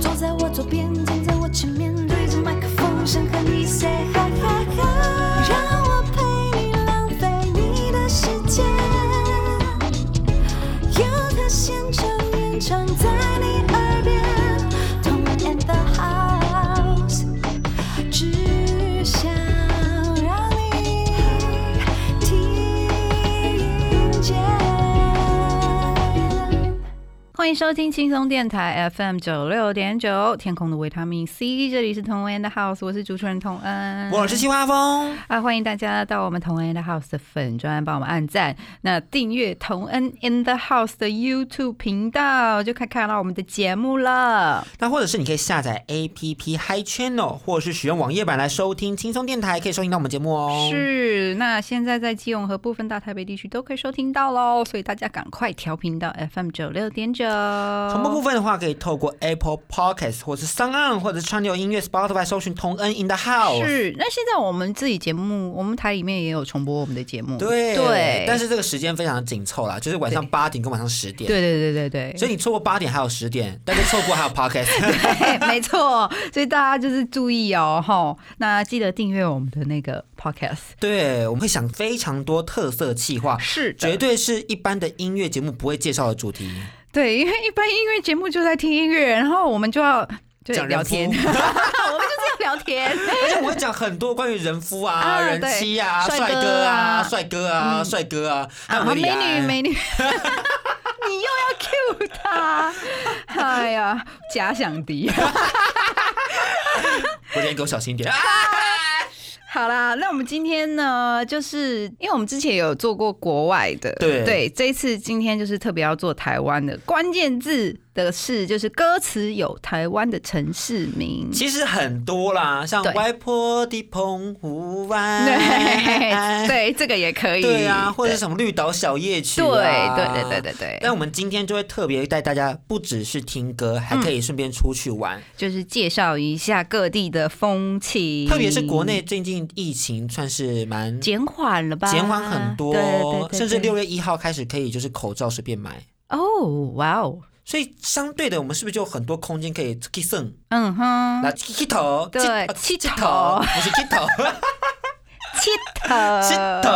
坐在我左边，站在我前面，对着麦克风，想和你 say hi hi hi，让我陪你浪费你的时间。有他现场演唱在你耳边，同安 and the house，只想让你听见。欢迎收听轻松电台 FM 九六点九，天空的维他命 C，这里是同恩的 House，我是主持人同恩。我是西花风，啊，欢迎大家到我们同恩 in the House 的粉专，帮我们按赞，那订阅同恩 in the House 的 YouTube 频道，就可以看到我们的节目了。那或者是你可以下载 APP Hi Channel，或者是使用网页版来收听轻松电台，可以收听到我们节目哦。是，那现在在基隆和部分大台北地区都可以收听到喽，所以大家赶快调频到 FM 九六点九。哦重播部分的话，可以透过 Apple Podcast 或是 s o n 或者是串流音乐 Spotify 搜寻同恩 In the House。是，那现在我们自己节目，我们台里面也有重播我们的节目，对对，但是这个时间非常紧凑啦，就是晚上八点跟晚上十点。对对对对对，所以你错过八点还有 十点，但是错过还有 Podcast。嘿 没错，所以大家就是注意哦，吼，那记得订阅我们的那个 podcast，对，我们会想非常多特色企划，是的绝对是一般的音乐节目不会介绍的主题。对，因为一般音乐节目就在听音乐，然后我们就要就讲人聊 天，我们夫就是要聊天，而且我会讲很多关于人夫啊、啊人妻啊、对帅帅哥哥啊、啊帅哥啊、帅哥 啊，还有啊，维里美安女美女， 你又要 cue 他，哎呀，假想敌。我先给我小心一点。啊好啦，那我们今天呢，就是因为我们之前有做过国外的，对对，这一次今天就是特别要做台湾的，关键字的是就是歌词有台湾的城市名。 其实很多啦，像对外婆的澎湖湾，对对，这个也可以。哎对啊，或者是什么绿岛小夜曲、对啊，对对对对对但我们今天就会特别带大家，不只是听歌，还可以顺便出去玩，就是介绍一下各地的风情，特别是国内最近疫情算是蛮减缓了吧？减缓很多，对对对对甚至对六月一号开始可以就是口罩随便买。哦，哇哦，所以相对的，我们是不是就有很多空间可以 k i s s 嗯哼，那 k 头，对呃呃剃剃头不是 k 头，七头，剃头。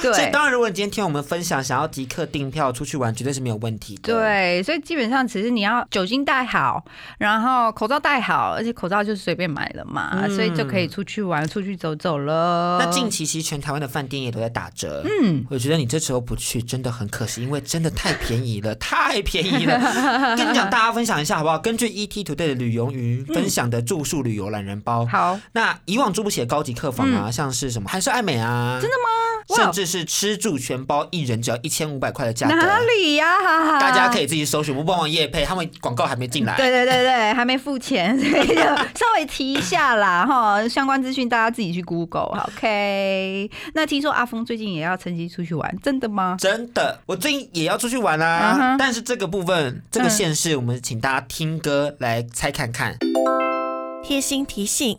对所以当然，如果你今天听我们分享，想要即刻订票出去玩，绝对是没有问题的。，对，所以基本上其实你要酒精戴好，然后口罩戴好，而且口罩就是随便买了嘛，嗯所以就可以出去玩、出去走走了。那近期其实全台湾的饭店也都在打折。嗯，我觉得你这时候不去真的很可惜，因为真的太便宜了， 太便 宜了。跟你讲，大家分享一下好不好？根据 ET Today 的旅游云分享的住宿旅游懒人包，好，那以往住不起的高级客房嗯啊，像是什么韩式爱美啊，真的吗？哇甚至是吃住全包，一人只要一千五百块的价格，哪里呀、哈哈大家可以自己搜寻，不帮忙夜配，他们广告还没进来。对对对对，还没付钱，所以就稍微提一下啦哈。相关资讯大家自己去 Google，OK、那听说阿峰最近也要趁机出去玩，真的吗？真的，我最近也要出去玩啦、嗯哼嗯但是这个部分，这个县市，我们请大家听歌来猜看看。贴心提醒：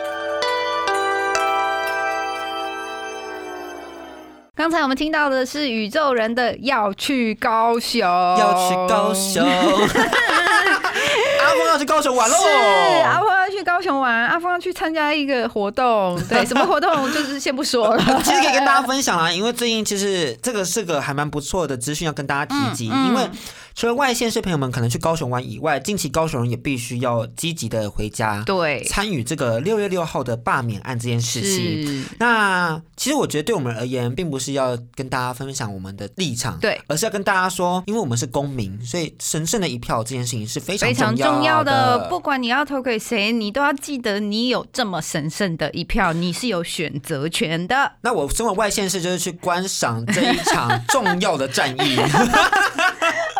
刚才我们听到的是宇宙人的要去高雄，要去高 雄，阿峰要去高雄玩喽！是阿峰要去高雄玩，阿峰要去参加一个活动，对，什么活动就是先不 说了。 其实可以跟大家分享啦， 因为最近其实这个是个还蛮不错的资讯要跟大家提及，嗯嗯因为除了外县市朋友们可能去高雄玩以外，近期高雄人也必须要积极的回家，对，参与这个六月六号的罢免案这件事情。是，那其实我觉得对我们而言，并不是要跟大家分享我们的立场，对而是要跟大家说，因为我们是公民，所以神圣的一票这件事情是非常非常重重要的的。。不管你要投给谁，你都要记得你有这么神圣的一票，你是有选择权的。那我身为外县市，就是去观赏这一场重要的战 役。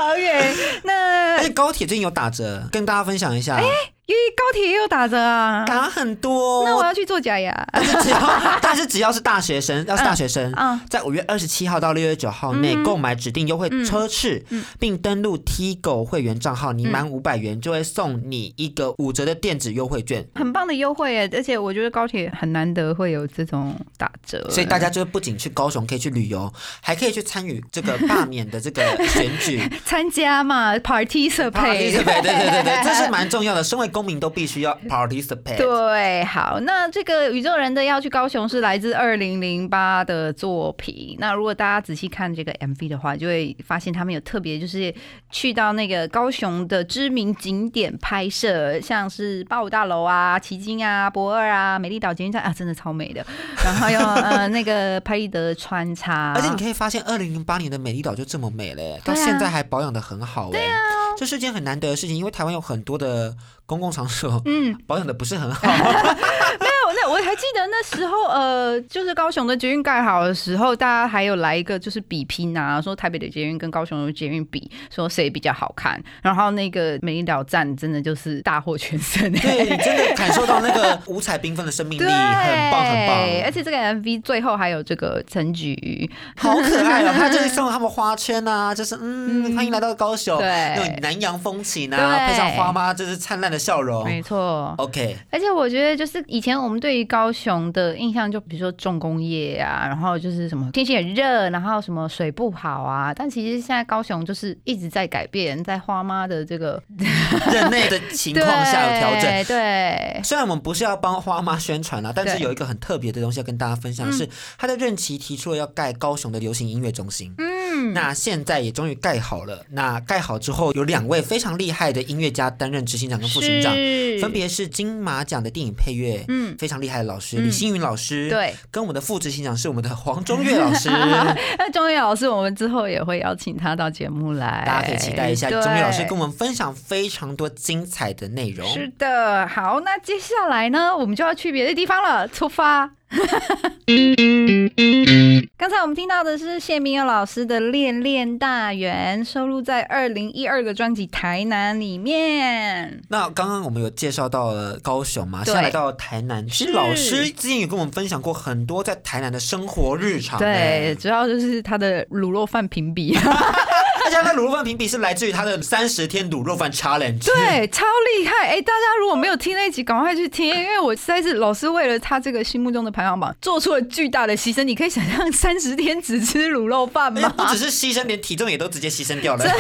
OK，那 哎哎而且高铁最近有打折，跟大家分享一下。因为高铁也有打折啊。打很多。哦那我要去做假牙。 但是只要但是只要是大学生，要是大学生，嗯在五月二十七号到六月九号内购买指定优惠车次，嗯并登录 T 狗会员账号，你满五百元就会送你一个五折的电子优惠券。很棒的优惠耶！而且我觉得高铁很难得会有这种打折，所以大家就是不仅去高雄可以去旅游，还可以去参与 这个罢免的这个选举。参加嘛，participate。 participate，对对对对，这是蛮重要的。身为公民都必 须要 participate。对，好，那这个宇宙人的要去高雄是来自二零零八的作品。那如果大家仔细看这个 MV 的话，就会发现他们有特别就是去到那个高雄的知名景点拍摄，像是八五大楼啊、旗津啊、博二啊、美丽岛捷运站啊，真的超美的。然后有呃那个拍立得穿插，啊而且你可以发现，二零零八年的美丽岛就这么美嘞、到对啊现在还保养的很好哎、这是件很难得的事情，因为台湾有很多的公共场所，嗯， 保养的不是 很好。没有，啊那我还记得那时候，呃，就是高雄的捷运盖好的时候，大家还有来一个就是比拼啊，说台北的捷运跟高雄的捷运比，说谁比较好看。然后那个美丽岛站真的就是大获全胜、 对你真的感受到那个五彩缤纷的生命力，很棒很对 而棒，且这个 MV 最后还有这个陈菊，好可爱哦！他就是送了他们花圈啊，就是嗯，欢迎来到高雄，对那种南洋风情啊，对配上花妈，就是灿烂的笑容没。错。 OK，而且我觉得，就是以前我们对于高雄的印象，就比如说重工业啊，然后就是什么天气很热，然后什么水不好啊。但其实现在高雄就是一直在改变，在花妈的这个任内的情况下有调整，对对，虽然我们不是要帮花妈宣传啊啦，但是对嗯有一个很特别的东西要跟大家分享，是他的任期提出了要盖高雄的流行音乐中心。嗯，那现在也终于盖好了。那盖好之后，有两位非常厉害的音乐家担任执行长跟副行长，是分别是金马奖的电影配乐，嗯，非常厉害的老师李星云老师，对， 跟我们的副执行长是我们的黄中岳老师，那钟岳老师，我们之后也会邀请他到节目来，大家可以期待一下哎对中岳老师跟我们分享非常多精彩的内容。是的，好，那接下来呢，我们就要去别的地方了，出发。刚才我们听到的是谢明佑老师的《恋恋大园》，收录在二零一二个专辑《台南》里面。那刚刚我们有介绍到了高雄嘛，对现在来到台南，其实老师之前有跟我们分享过很多在台南的生活日常、欸对，，主要就是他的卤肉饭评比，而且他的卤肉饭评比是来自于他的三十天卤肉饭 challenge。， 对，超厉害！哎、大家如果没有听那一集，赶快去听，因为我实在是老师为了他这个心目中的排行榜做出了巨大的牺牲。你可以想象三十天只吃卤肉饭而且吗？哎不只是牺牲，连体重也都直接牺牲掉了。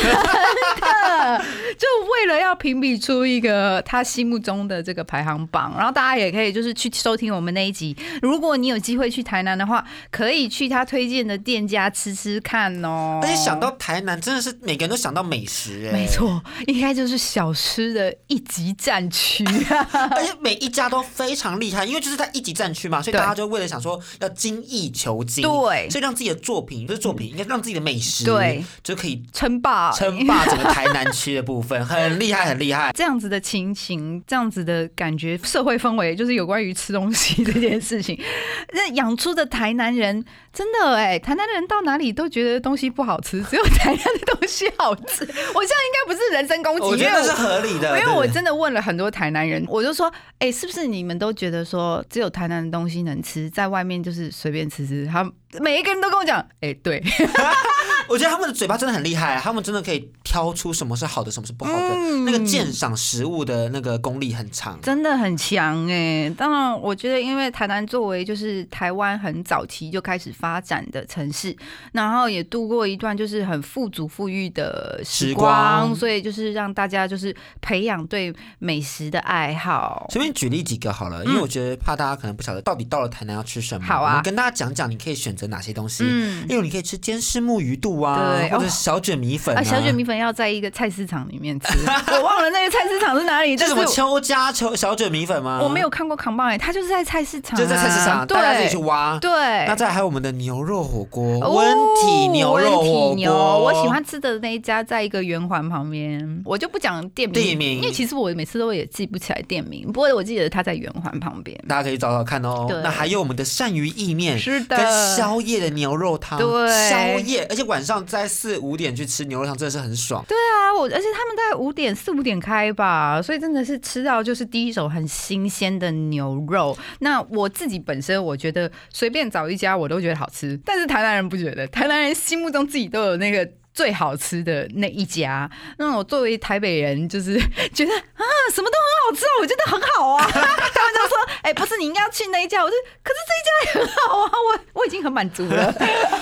就为了要评比出一个他心目中的这个排行榜，然后大家也可以就是去收听我们那一集。如果你有机会去台南的话，可以去他推荐的店家吃吃看哦。而且哎想到台南，真的是每个人都想到美食、哎没。错，应该就是小吃的一级战 区。而且每一家都非常厉害，因为就是在一级战区嘛，所以对大家就为了想说要精益求精，对所以让自己的作品不是作品，应该让自己的美食，对，就可以称霸称霸整个台南区的部分，很厉害，很 厉害。这样子的情形，这样子的感觉，社会氛围就是有关于吃东西这件事情。 那养出的台南人，真的哎、台南人到哪里都觉得东西不好吃，只有台南的东西好吃。我现在应该不是人身攻击，我觉因为得是合理的，因为我对不对真的问了很多台南人，我就说，哎、是不是你们都觉得说只有台南的东西能吃，在外面就是随便吃吃？他们每一个人都跟我讲，哎、对，我觉得他们的嘴巴真的很厉害，啊他们真的可以挑出什么是好的，什么是不好的，那个鉴赏食物的那个功力很强。嗯真的很强哎、当然，我觉得因为台南作为就是台湾很早期就开始发展的城市，然后也度过一段就是很富足富裕的时光，时光所以就是让大家就是培养对美食的爱好。随便举例几个好了，因为我觉得怕大家可能不晓得到底到了台南要吃什么。嗯好啊我们跟大家讲讲，你可以选择哪些东西。嗯例如你可以吃煎虱目鱼肚啊，对或者哦小卷米粉啊，小卷米粉要在一个菜市场里面吃， 我忘了那个菜市场是哪里，这但什是么邱家邱小卷米粉吗？我没有，看过扛棒哎，它就是在菜市场、啊，啊就在菜市场，对大家自己去挖。对。那再还有我们的牛肉火锅，哎哦温体牛肉火温锅，体牛，我喜欢吃的那一家在一个圆环旁边，我就不讲店名，地名因为其实我每次都也记不起来店名，不过我记得它在圆环旁边。大家可以找找看哦对。那还有我们的鳝鱼意面，是的跟宵夜的牛肉汤，对宵夜，而且晚上在四五点去吃牛肉汤真的是很爽。对啊，我而且他们大概五点四五点开吧，所以真的是吃到就是第一手很新鲜的牛肉。那我自己本身我觉得随便找一家我都觉得好吃，但是台南人不觉得，台南人心目中自己都有那个。最好吃的那一家，那我作为台北人，就是觉得啊，什么都很好吃啊，我觉得很好啊。 他们就说，哎、不是你应该要去那一家，我就可是这一家也很好啊，我我已经很满足 了，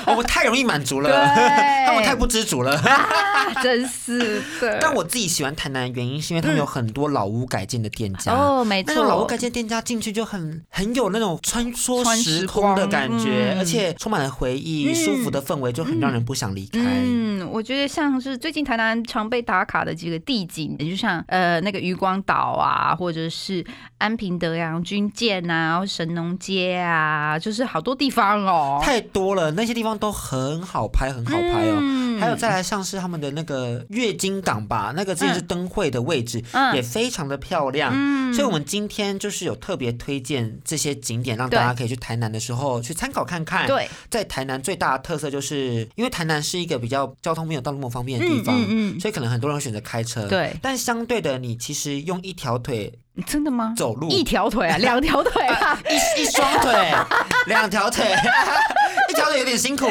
哦我太容易满足了， 对但我太不知足了。啊、真是的。但我自己喜欢台南的原因，是因为他们有很多老屋改建的店家。哦，没那错，种老屋改建店家进去就很很有那种穿梭穿时时空的光感觉，嗯而且充满了回忆，舒服的氛围就很让人不想离开。嗯，我觉得像是最近台南常被打卡的几个地景，就像呃那个渔光岛啊，或者是安平德阳军舰啊、神农街啊，就是好多地方哦。太多了，那些地方都很好拍，很好拍哦。嗯还有再来像是他们的那个月经港吧，那个之前是灯会的位置，嗯也非常的漂亮。所以我们今天就是有特别推荐这些景点，让对大家可以去台南的时候去参考看看。，对，在台南最大的特色就是，因为台南是一个比较交通没有到那么方便的地嗯方，嗯所以可能很多人会选择开车。对但相对的，你其实用一条腿嗯，真的吗？走路，一条腿啊，两条腿啊，哎一一双腿，两条腿，一条腿有点辛苦。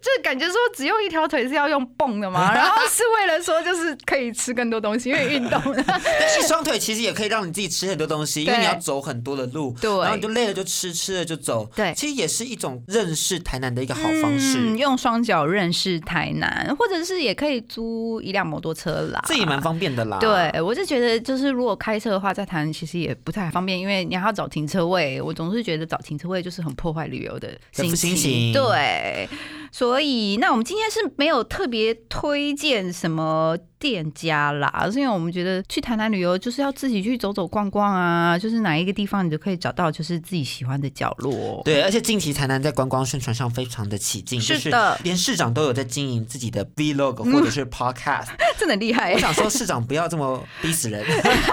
就感觉说只用一条腿是要用蹦的嘛，然 后是为了说就是可以吃更多东西，因为运动。但一双腿其实也可以让你自己吃很多东西，因为对你要走很多的路，对然后你就累了就吃，吃了就走，对其实也是一种认识台南的一个好方式。嗯，用双脚认识台南，或者是也可以租一辆摩托车啦，这也蛮方便的啦，，对，我就觉得就是如果开车的话，在台南其实也不太方便，因为你还要找停车位。我总是觉得找停车位就是很破坏旅游的的心情。心情对，所以那我们今天是没有特别推荐什么店家啦，是因为我们觉得去台南旅游就是要自己去走走逛逛啊，就是哪一个地方你都可以找到就是自己喜欢的角落。对，而且近期台南在观光宣传上非常的起劲，是就是的嗯连市长都有在经营自己的 vlog 或者是 podcast。 真的很厉害我，想说，市长不要这么逼死人，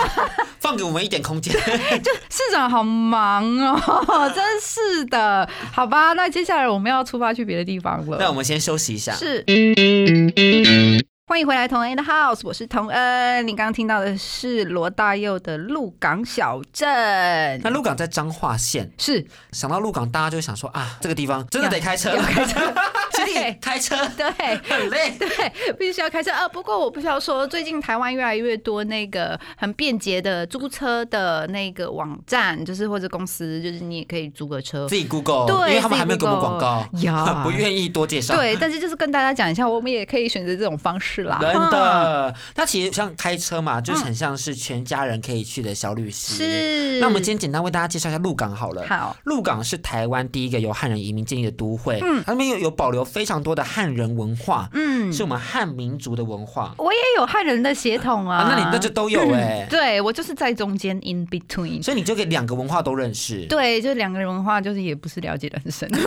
放给我们一点空间。 市长好忙哦， 真是的。好吧，那接下来我们要出发去别的地方了。那我们先休息一下。是。欢迎回来，同恩的 house，我是同恩。你刚刚听到的是罗大佑的《鹿港小镇那》，鹿港在彰化县，是想到鹿港，大家就会想说啊，这个地方真的得开车，开 车，对开车对。 很累。对，必须要开车啊！不过我必须要说，最近台湾越来越多那个很便捷的租车的那个网站，就是或者公司，就是你也可以租个车自。己 Google，对因为他们还没有给我们广告啊自己 Google 呀不愿意多介绍。。对，但是就是跟大家讲一下，我们也可以选择这种方式啦。嗯真哈，的，那其实像开车嘛，就是很像是全家人可以去的小旅嗯行。。是。那我们今天简单为大家介绍一下鹿港好了。好，鹿港是台湾第一个由汉人移民建立的都会，嗯，它那边有有保留非常多的汉人文化，嗯，是我们汉民族的文化我也有汉人的血统啊。啊，那你那就都有哎、对我就是在中间 in between。所以你就可以两个文化都认识。对，就两个人文化，就是也不是了解的很深。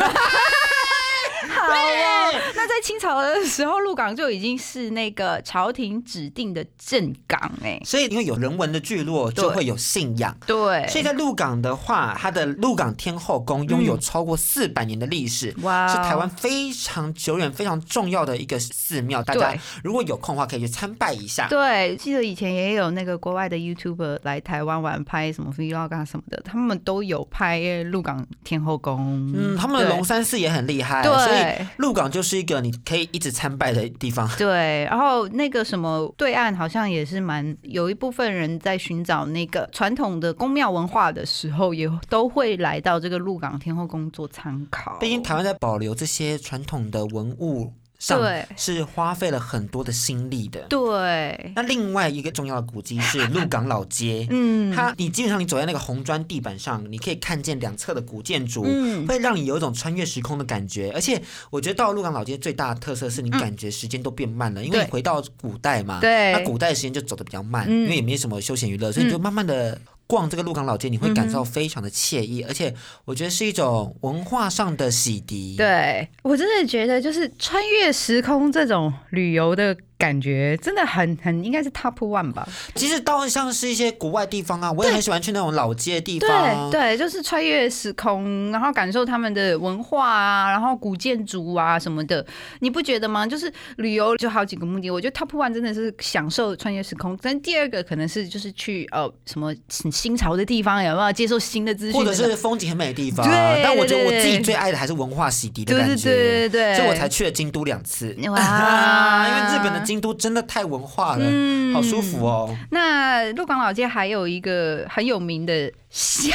好哦，那在清朝的时候，鹿港就已经是那个朝廷指定的镇港哎、所以因为有人文的聚落，对就会有信仰。所以对，在鹿港的话，它的鹿港天后宫拥有超过四百年的历史，哇哦是台湾非常久远、非常重要的一个寺庙。大家对如果有空的话，可以去参拜一下。对，记得以前也有那个国外的 YouTuber 来台湾玩拍什么 vlog 啊什么的，他们都有拍欸鹿港天后宫。嗯，他们的对龙山寺也很厉害，对哎所以鹿港就是一个你可以一直参拜的地哦方。对，然后那个什么对岸好像也是蛮有一部分人在寻找那个传统的宫庙文化的时候，也都会来到这个鹿港天后宫做参考。毕竟台湾在保留这些传统的文物上对，是花费了很多的心力的。对，那另外一个重要的古迹是鹿港老街，嗯，它你基本上你走在那个红砖地板上，你可以看见两侧的古建筑，嗯会让你有一种穿越时空的感觉。而且我觉得到鹿港老街最大的特色是你感觉时间都变慢了，因为对你回到古代嘛，对那古代的时间就走得比较慢，嗯因为也没什么休闲娱乐，所以你就慢慢的。逛这个鹿港老街，你会嗯感到非常的惬意，而且我觉得是一种文化上的洗涤。，对我真的觉得就是穿越时空这种旅游的感觉真的很很应该是 top one 吧？其实倒像是一些国外地方啊，我也很喜欢去那种老街地方啊。对对，就是穿越时空，然后感受他们的文化啊，然后古建筑啊什么的，你不觉得吗？就是旅游就好几个目的，我觉得 top one 真的是享受穿越时空，但第二个可能是就是去呃什么很新潮的地方，有没有接受新的资讯或等者等？是风景很美的地方对啊，对但我觉得我对对自己最爱的还是文化洗涤的对感对觉，对对对，所以我才去了京都两次。哇 因为日本的京都真的太文化了，嗯好舒服哦。那鹿港老街还有一个很有名的 巷，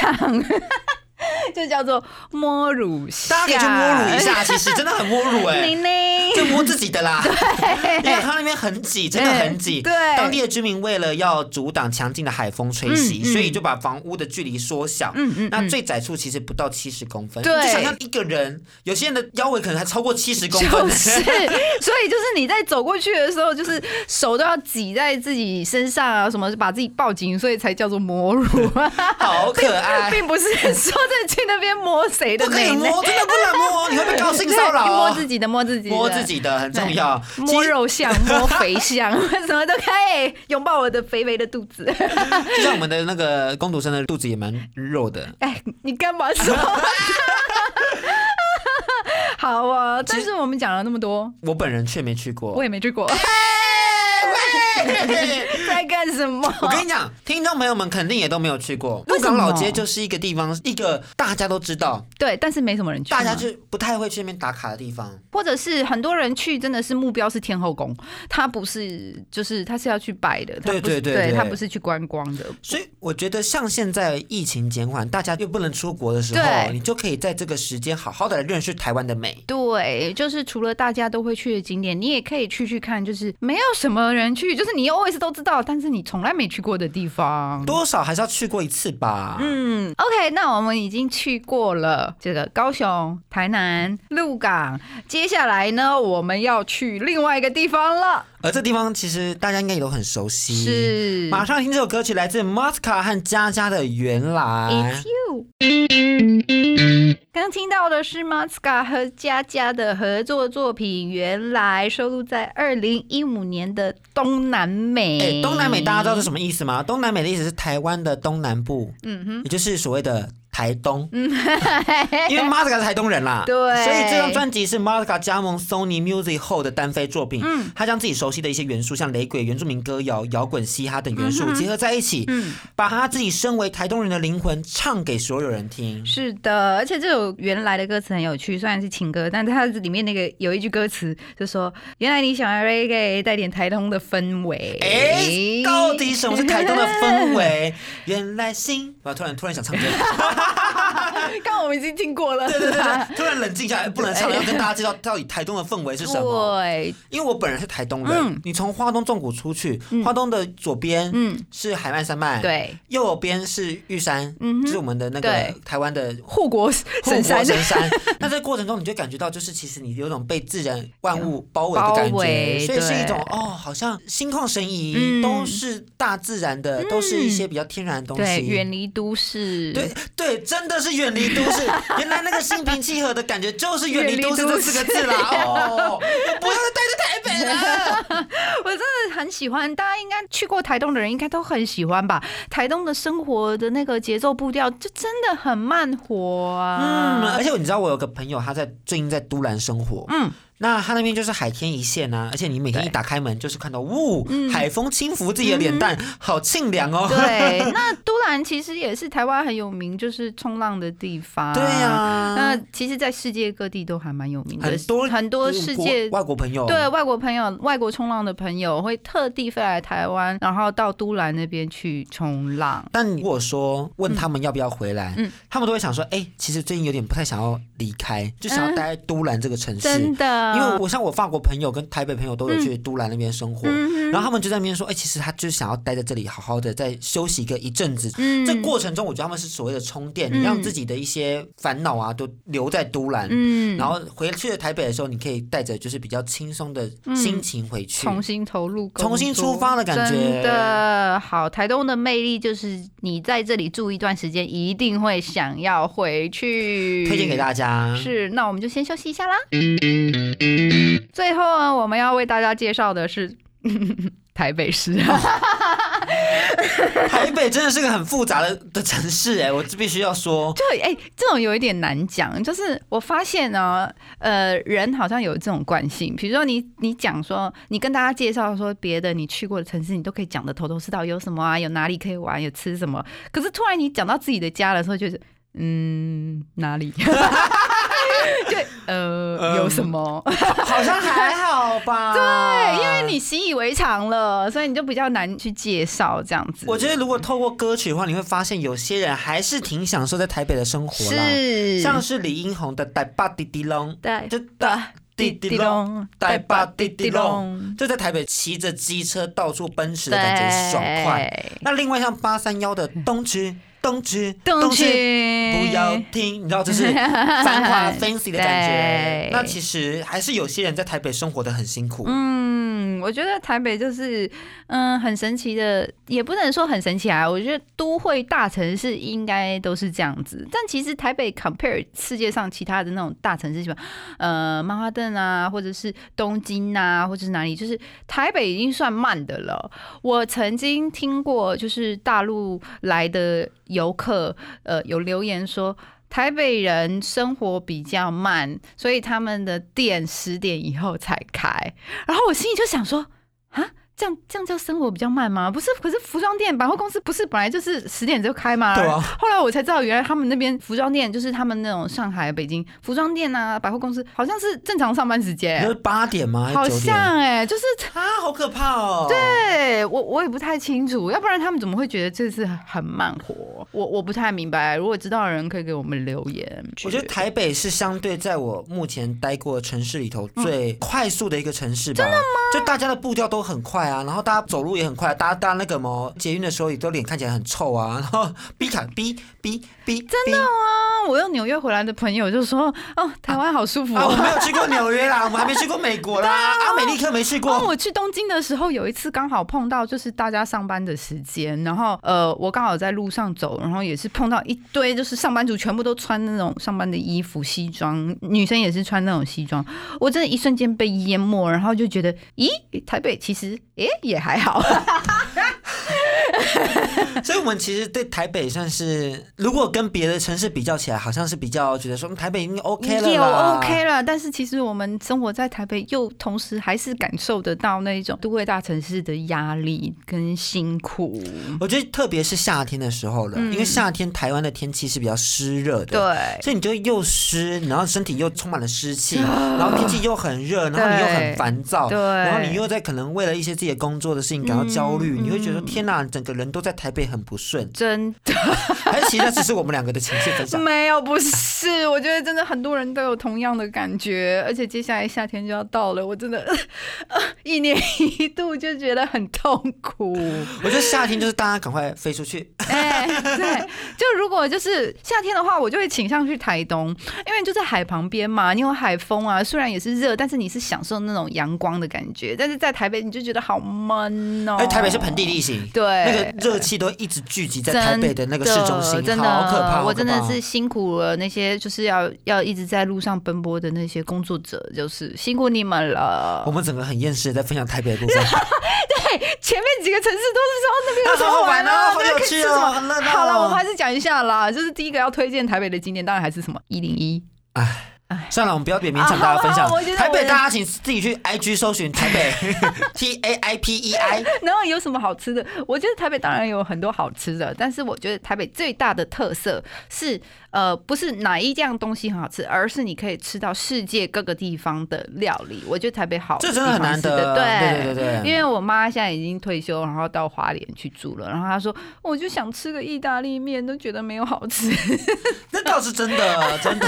就叫做摸乳巷。大家可以去摸乳一。下，其实真的很摸 乳哎、宁宁，就摸自己的啦，因为它那边很挤，真的很挤。对对当地的居民为了要阻挡强劲的海风吹袭，嗯嗯所以就把房屋的距离缩小。嗯嗯那最窄处其实不到七十公分，对你就想象一个人，有些人的腰围可能还超过七十公分就。是， 所以就是你在走过去的时候，就是手都要挤在自己身上啊，什么把自己抱紧，所以才叫做摸乳， 好可爱，并不是说在去那边摸谁的哎不可以奶奶，摸，真的不能摸，你会被告性骚扰对摸哦。自己的，摸自己的，摸自己的很重要，其摸实肉像，摸肥像， 什么都可以，哎拥抱我的肥肥的肚子。 就像我们的那个工读生的肚子也蛮肉的，哎，你干嘛说？ 好啊，但是我们讲了那么多，我本人却没去过。我也没去哎过，在干什么？ 我跟你讲，听众朋友们肯定也都没有去过。鹿为什么港老街就是一个地方，一个大家都知道，对，但是没什么人去嘛，大家就不太会去那边打卡的地方。或者是很多人去，真的是目标是天后宫，他不是就是他是要去拜的，他对不是对对对对他不是去观光的，所以我觉得，像现在疫情减缓，大家又不能出国的时候，对你就可以在这个时间好好的认识台湾的美。对，就是除了大家都会去的景点，你也可以去去看，就是没有什么人去，就是你 always 都知道，但是你从来没去过的地方。多少还是要去过一次吧。嗯，OK，那我们已经去过了这个高雄、台南、鹿港，接下来呢，我们要去另外一个地方了，而这地方其实大家应该也都很熟悉。。是马上听这首歌曲，来自 Mosca 和佳佳的《原来》。 It's you。刚听到的是 Masca 和佳佳的合作作品，原来收录在二零一五年的《东南美》哎、东南美大家知道是什么意思吗？东南美的意思是台湾的东南部，嗯哼，也嗯就是所谓的台东， 因为 m a s c a 是台东人啦，对所以这张专辑是 m a s c a 加盟 Sony Music 后的单飞作品，嗯，他将自己熟悉的一些元素，像雷鬼、原住民歌谣、摇滚、嘻哈等元素、结合在一起，嗯，把他自己身为台东人的灵魂唱给所有人听。是的，而且这首原来的歌词很有趣，虽然是情歌，但它里面那个有一句歌词就说：“原来你想要 reggae 带点台东的氛围。哎、到底什么是台东的氛围？原来心，我突然突然想唱歌。 刚刚我们已经听过了，对对对，突然冷静下来，不能唱了，要跟大家介绍到底台东的氛围是什么。对，因为我本人是台东人，嗯你从花东纵谷出去，花东的左边嗯是海岸山脉，，对，右边是玉山，嗯哼就是我们的那个对台湾的。护国护 神国山。神山，那在过程中你就感觉到，就是其实你有种被自 然万物包围的包感觉，围所以是一种对哦，好像心旷神怡，嗯都是大自然的，都是一些比较天然的东西，对，远离都市，对对，真的是远离都 市。原来那个心平气和的感觉就是远离都市这四个字啦。哦，我不要再待在台北了。我真的很喜欢，大家应该去过台东的人应该都很喜欢吧？台东的生活的那个节奏步调，就真的很慢活嗯，啊。而且你知道我有个朋友，他在最近在都兰生活。嗯，那他那边就是海天一线啊，而且你每天一打开门就是看到，呜，海风轻拂自己的脸蛋，好清凉哦。嗯 对，那都兰其实也是台湾很有名，就是冲浪的地方。对呀、啊那其实，在世界各地都还蛮有名的，很多很多世界国外哦国朋友对外国朋友、外国冲浪的朋友会特地飞来台湾，然后到都兰那边去冲浪。但如果说问他们要不要回来，嗯他们都会想说，哎、其实最近有点不太想要离开，就想要嗯待在都兰这个城市。真的，嗯因为我像我法国朋友跟台北朋友都有去都兰那边生活，然后他们就在那边说，哎、其实他就是想要待在这里，好好的再休息个一阵子。嗯这过程中，我觉得他们是所谓的充电，嗯你让自己的一些烦恼啊都留在都兰，嗯然后回去了台北的时候，你可以带着就是比较轻松的心情回去。重新投入工作，重新出发的感觉真的好。台东的魅力就是你在这里住一段时间，一定会想要回去。推荐给家。大家，是，那我们就先休息一下啦。最后呢，我们要为大家介绍的是 台北市。台北真的是个很复杂的的城市哎，我必须要说，对，哎、这种有一点难讲。就是我发现呢、呃，人好像有这种惯性。比如说你，你讲说，你跟大家介绍说别的你去过的城市，你都可以讲的头头是道，有什么啊，有哪里可以玩，有吃什么。可是突然你讲到自己的家的时候，就是嗯，哪里？ 就嗯呃，有什么？好像还好吧？对 对，因为你习以为常了，所以你就比较难去介绍这样子。我觉得如果透过歌曲的话，你会发现有些人还是挺享受在台北的生活啦，是像是李英红的《带巴滴滴隆》，对就哒滴滴隆，带巴滴滴隆，就在台北骑着机车到处奔驰的感觉爽快。对那另外像八三幺的《东区》， 东区，东区区不要听，你知道这是繁华 fancy 的感觉对。那其实还是有些人在台北生活的很辛苦，嗯，我觉得台北就是，嗯，很神奇的，也不能说很神奇啊。我觉得都会大城市应该都是这样子，但其实台北 compare 世界上其他的那种大城市，什么呃曼哈顿啊，或者是东京啊，或者是哪里，就是台北已经算慢的了。我曾经听过，就是大陆来的游客，呃，有留言说。台北人生活比较慢，所以他们的店十点以后才开。然后我心里就想说，啊，这样这样叫生活比较慢吗？不是，可是服装店、百货公司不是本来就是十点就开吗？对啊后来我才知道，原来他们那边服装店就是他们那种上海、北京服装店啊、百货公司，好像是正常上班时间、你是八点吗？还好是九点？像哎、就是啊，好可怕哦！对。对我我也不太清楚，要不然他们怎么会觉得这是很慢活？我我不太明白，如果知道的人可以给我们留言。我觉得台北是相对在我目前待过的城市里头最快速的一个城市吧。嗯真的吗？就大家的步调都很快啊，然后大家走路也很快，大家搭那个什么捷运的时候也都脸看起来很臭啊，然后 B 卡 B B B 真的哦啊，我用纽约回来的朋友就说，哦，台湾好舒服啊，我哦。没有去过纽约啦，我们还没去过美国啦，阿美利克没去哦，过。我去东京的时候，有一次刚好碰到就是大家上班的时间，然后呃，我刚好在路上走，然后也是碰到一堆就是上班族，全部都穿那种上班的衣服、西装，女生也是穿那种西装，我真的一瞬间被淹没，然后就觉得，咦，台北其实诶也还好。所以，我们其实对台北算是，如果跟别的城市比较起来，好像是比较觉得说嗯台北已经 OK 了也啦 OK 了，但是其实我们生活在台北，又同时还是感受得到那一种都会大城市的压力跟辛苦。我觉得特别是夏天的时候了，因为夏天台湾的天气是比较湿热的，对，所以你就又湿，然后身体又充满了湿气，然后天气又很热，然后你又很烦躁，啊对。然后你又在可能为了一些自己的工作的事情感到焦虑，你会觉得天哪，整个人都在台北很不顺真还是其实那只是我们两个的情绪分的享。 没有不是，我觉得真的很多人都有同样的感觉，而且接下来夏天就要到了，我真的、 呃一年一度就觉得很痛苦。我觉得夏天就是大家赶快飞出去，哎，对，就如果就是夏天的话，我就会倾向去台东，因为就在海旁边嘛，你有海风啊，虽然也是热，但是你是享受那种阳光的感觉。但是在台北，你就觉得好闷哦、哎，台北是盆地地形，对那个热气都一直聚集在台北的那个市中心，真的，好可怕，好可怕我真的是辛苦了那些就是要要一直在路上奔波的那些工作者，就是辛苦你们了我。们整个很厌世，在分享台北的部分。 前面几个城市都是说那边有什么玩啊啊， 好玩哦那边可以吃什么好有趣哦很热闹哦好了，我们还是讲一下啦，就是第一个要推荐台北的景点，当然还是什么一零一。算了，我们不要勉勉强大家分 享。啊好啦我觉得台北我大家请自己去 IG 搜寻台 北 T A I P E I。然后有什么好吃的？我觉得台北当然有很多好吃的，但是我觉得台北最大的特色是，呃，不是哪一样东西很好吃，而是你可以吃到世界各个地方的料理。我觉得台北好，这真的很难得对对对对对因为我妈现在已经退休，然后到花莲去住了，然后她说，我就想吃个意大利面，都觉得没有好吃，那倒是真的，真的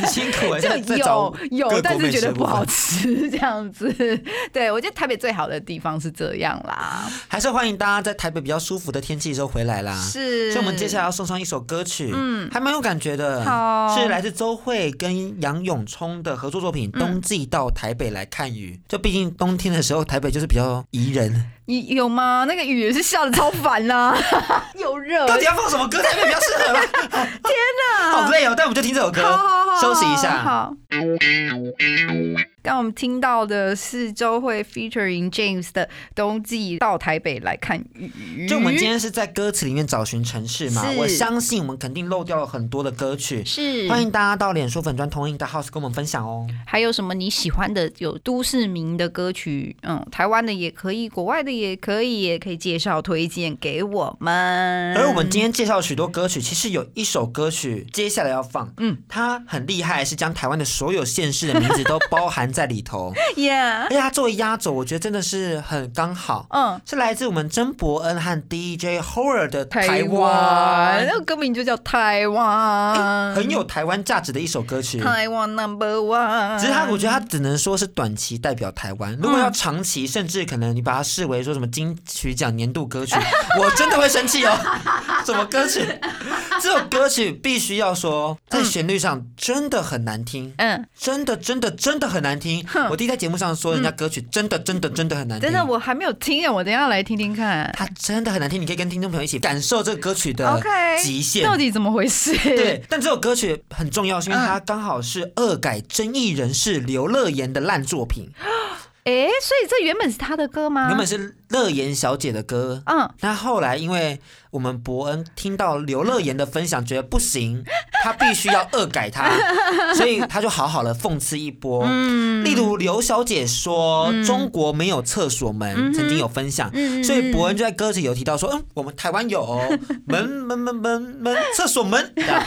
很辛苦哎、在就在找有有，各国但是美觉食得的部不分好吃这样子。 对我觉得台北最好的地方是这样啦，还是欢迎大家在台北比较舒服的天气的时候回来啦。。是。所以，我们接下来要送上一首歌曲，嗯，还蛮有感觉的，好是来自周蕙跟杨永聪的合作作品《冬嗯季到台北来看雨》。就毕竟冬天的时候，台北就是比较宜人。你有吗？那个雨也是下的超烦啊 啦、又热，到天 底要放什么歌？台北比较适合啦。天哪，好累哦！但我们就听这首歌。好好好休息一下好。刚我们听到的是周蕙 featuring James 的《冬季到台北来看雨》，就我们今天是在歌词里面找寻城市嘛，是我相信我们肯定漏掉了很多的歌曲。是欢迎大家到脸书粉砖同音的 house 跟我们分享哦。还有什么你喜欢的有都市名的歌曲？嗯，台湾的也可以，国外的也可以，也可以介绍推荐给我们。而我们今天介绍了许多歌曲，其实有一首歌曲接下来要放，嗯，它很厉害，是将台湾的所有县市的名字都包含在里 头， yeah，而且它作为压轴，我觉得真的是很刚好。嗯，是来自我们曾伯恩和 DJ Horror 的台台湾，湾，那个歌名就叫台湾，很有台湾价值的一首歌曲。台湾 Number One。只是它，我觉得嗯它只能说是短期代表台湾。如果要长期，甚至可能你把它视为说什么金曲奖年 度歌曲，我真的会生气哦。 什么歌曲？这首歌曲必须要说，在旋律上真的很难听，嗯，真的真的真的很难听。我第一在节目上说人家歌曲真的真的真的很难嗯听，真的我还没有听耶，我等一下来听听看。它真的很难听。你可以跟听众朋友一起感受这个歌曲的 OK，极限。到底怎么回事？对，但这首歌曲很重要，是因为它刚好是恶改争议人士刘乐言的烂作品。哎，所以这原本是他的歌吗？原本是乐言小姐的歌，嗯，那后来因为我们伯恩听到刘乐言的分享，觉得不行，他必须要恶改他，所以他就好好的讽刺一波。嗯例如刘小姐说中国没有厕所嗯门，曾经有分享，所以伯恩就在歌词有提到说，嗯，我们台湾有哦门门门门门厕所门。这样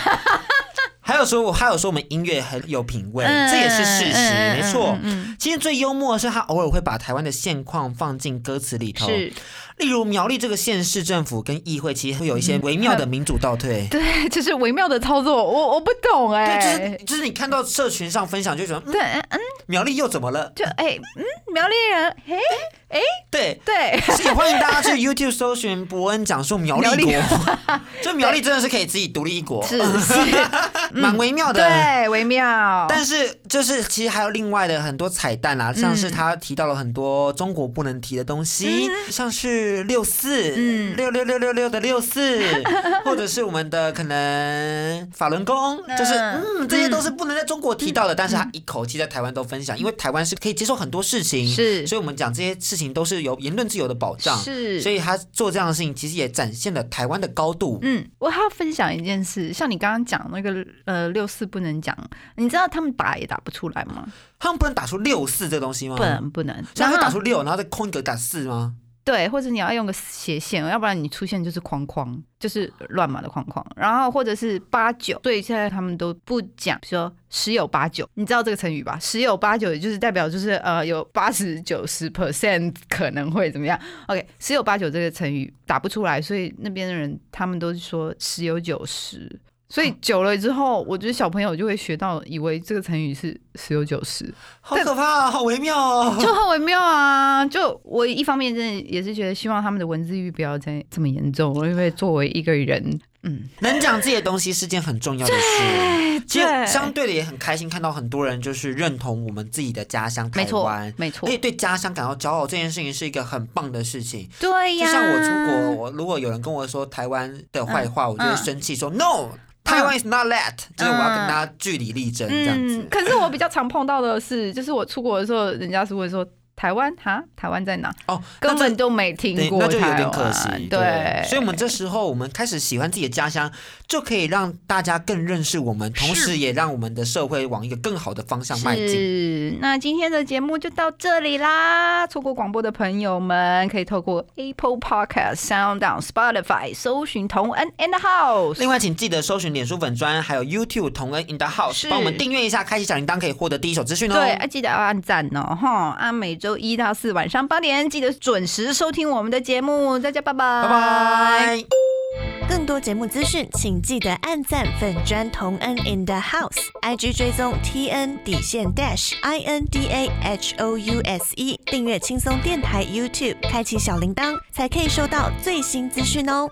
还有说，我还有说我们音乐很有品味，嗯这也是事实，嗯嗯没错嗯。嗯其实最幽默的是，他偶尔会把台湾的现况放进歌词里头，是，例如苗栗这个县市政府跟议会其实会有一些微妙的民主倒退。嗯对，就是微妙的操作，我我不懂哎、对，就是嗯就是你看到社群上分享，就觉得、嗯、对，嗯，苗栗又怎么了？就哎、嗯，苗栗人，嘿，对，对，所以欢迎大家去 YouTube 搜寻伯恩讲述苗栗国苗， 就苗栗真的是可以自己独立一国，是 是，蛮微妙的。对，微妙，但是就是其实还有另外的很多彩嗯蛋啦、像是他提到了很多中国不能提的东西，像是六四、嗯六六六六六的六 四，或者是我们的可能法轮功，就是嗯，这些都是不能在中国提到嗯的，但是他一口气在台湾都分享，因为台湾是可以接受很多事情，是所以我们讲这些事情都是有言论自由的保障，是所以他做这样的事情，其实也展现了台湾的高度，嗯，我还要分享一件事，像你刚刚讲那个呃六四不能讲，你知道他们打也打不出来吗？他们不能打出六四这东西吗？不能不能，嗯所以他会打后出六，然后再空一格打四吗？对，或者你要用个斜线，要不然你出现就是框框，就是乱码的框框，然后或者是八九，所以现在他们都不讲，比如说十有八九，你知道这个成语吧？十有八九也就是代表就是呃有八十九十 percent 可能会怎么样？OK，十有八九这个成语打不出来，所以那边的人他们都是说十有九十。所以久了之后，我觉得小朋友就会学到，以为这个成语是十有九十，好可怕、哦，好微妙 哦。就很微妙啊！就我一方面真的也是觉得，希望他们的文字狱不要再这么严重，因为作为一个人，嗯，能讲自己的东西是件很重要的事。其实对相对的也很开心，看到很多人就是认同我们自己的家乡台没错湾，，没错可以，对家乡感到骄傲，这件事情是一个很棒的事情。对就呀。像我出国，我如果有人跟我说台湾的坏话，我就会生气说 “No，台湾 is not that”，就是我要跟大家据理力争这样子嗯，。可是我比较常碰到的是，就是我出国的时候，人家是会说台湾哈，台湾在哪？哦，那根这本都没听对，过那就台有湾，点可惜。对，所以我们这时候我们开始喜欢自己的家乡，就可以让大家更认识我们，同时也让我们的社会往一个更好的方向迈进。是，那今天的节目就到这里啦。错过广播的朋友们，可以透过 Apple Podcast、Sound On、Spotify 搜寻同恩 and the House。另外，请记得搜寻脸书粉砖，还有 YouTube 同恩 In the 是 House，帮我们订阅一下，开启小铃铛，可以获得第一手资讯哦。对，啊，记得要按赞哦，哈！啊，每周一到四晚上八点，记得准时收听我们的节目，大家拜拜，拜哎拜。更多节目资讯，请记得按赞粉砖同恩 in the house，IG 追踪 T N 底线 dash I N D A H O U S E，订阅轻松电台 YouTube，开启小铃铛才可以收到最新资讯哦。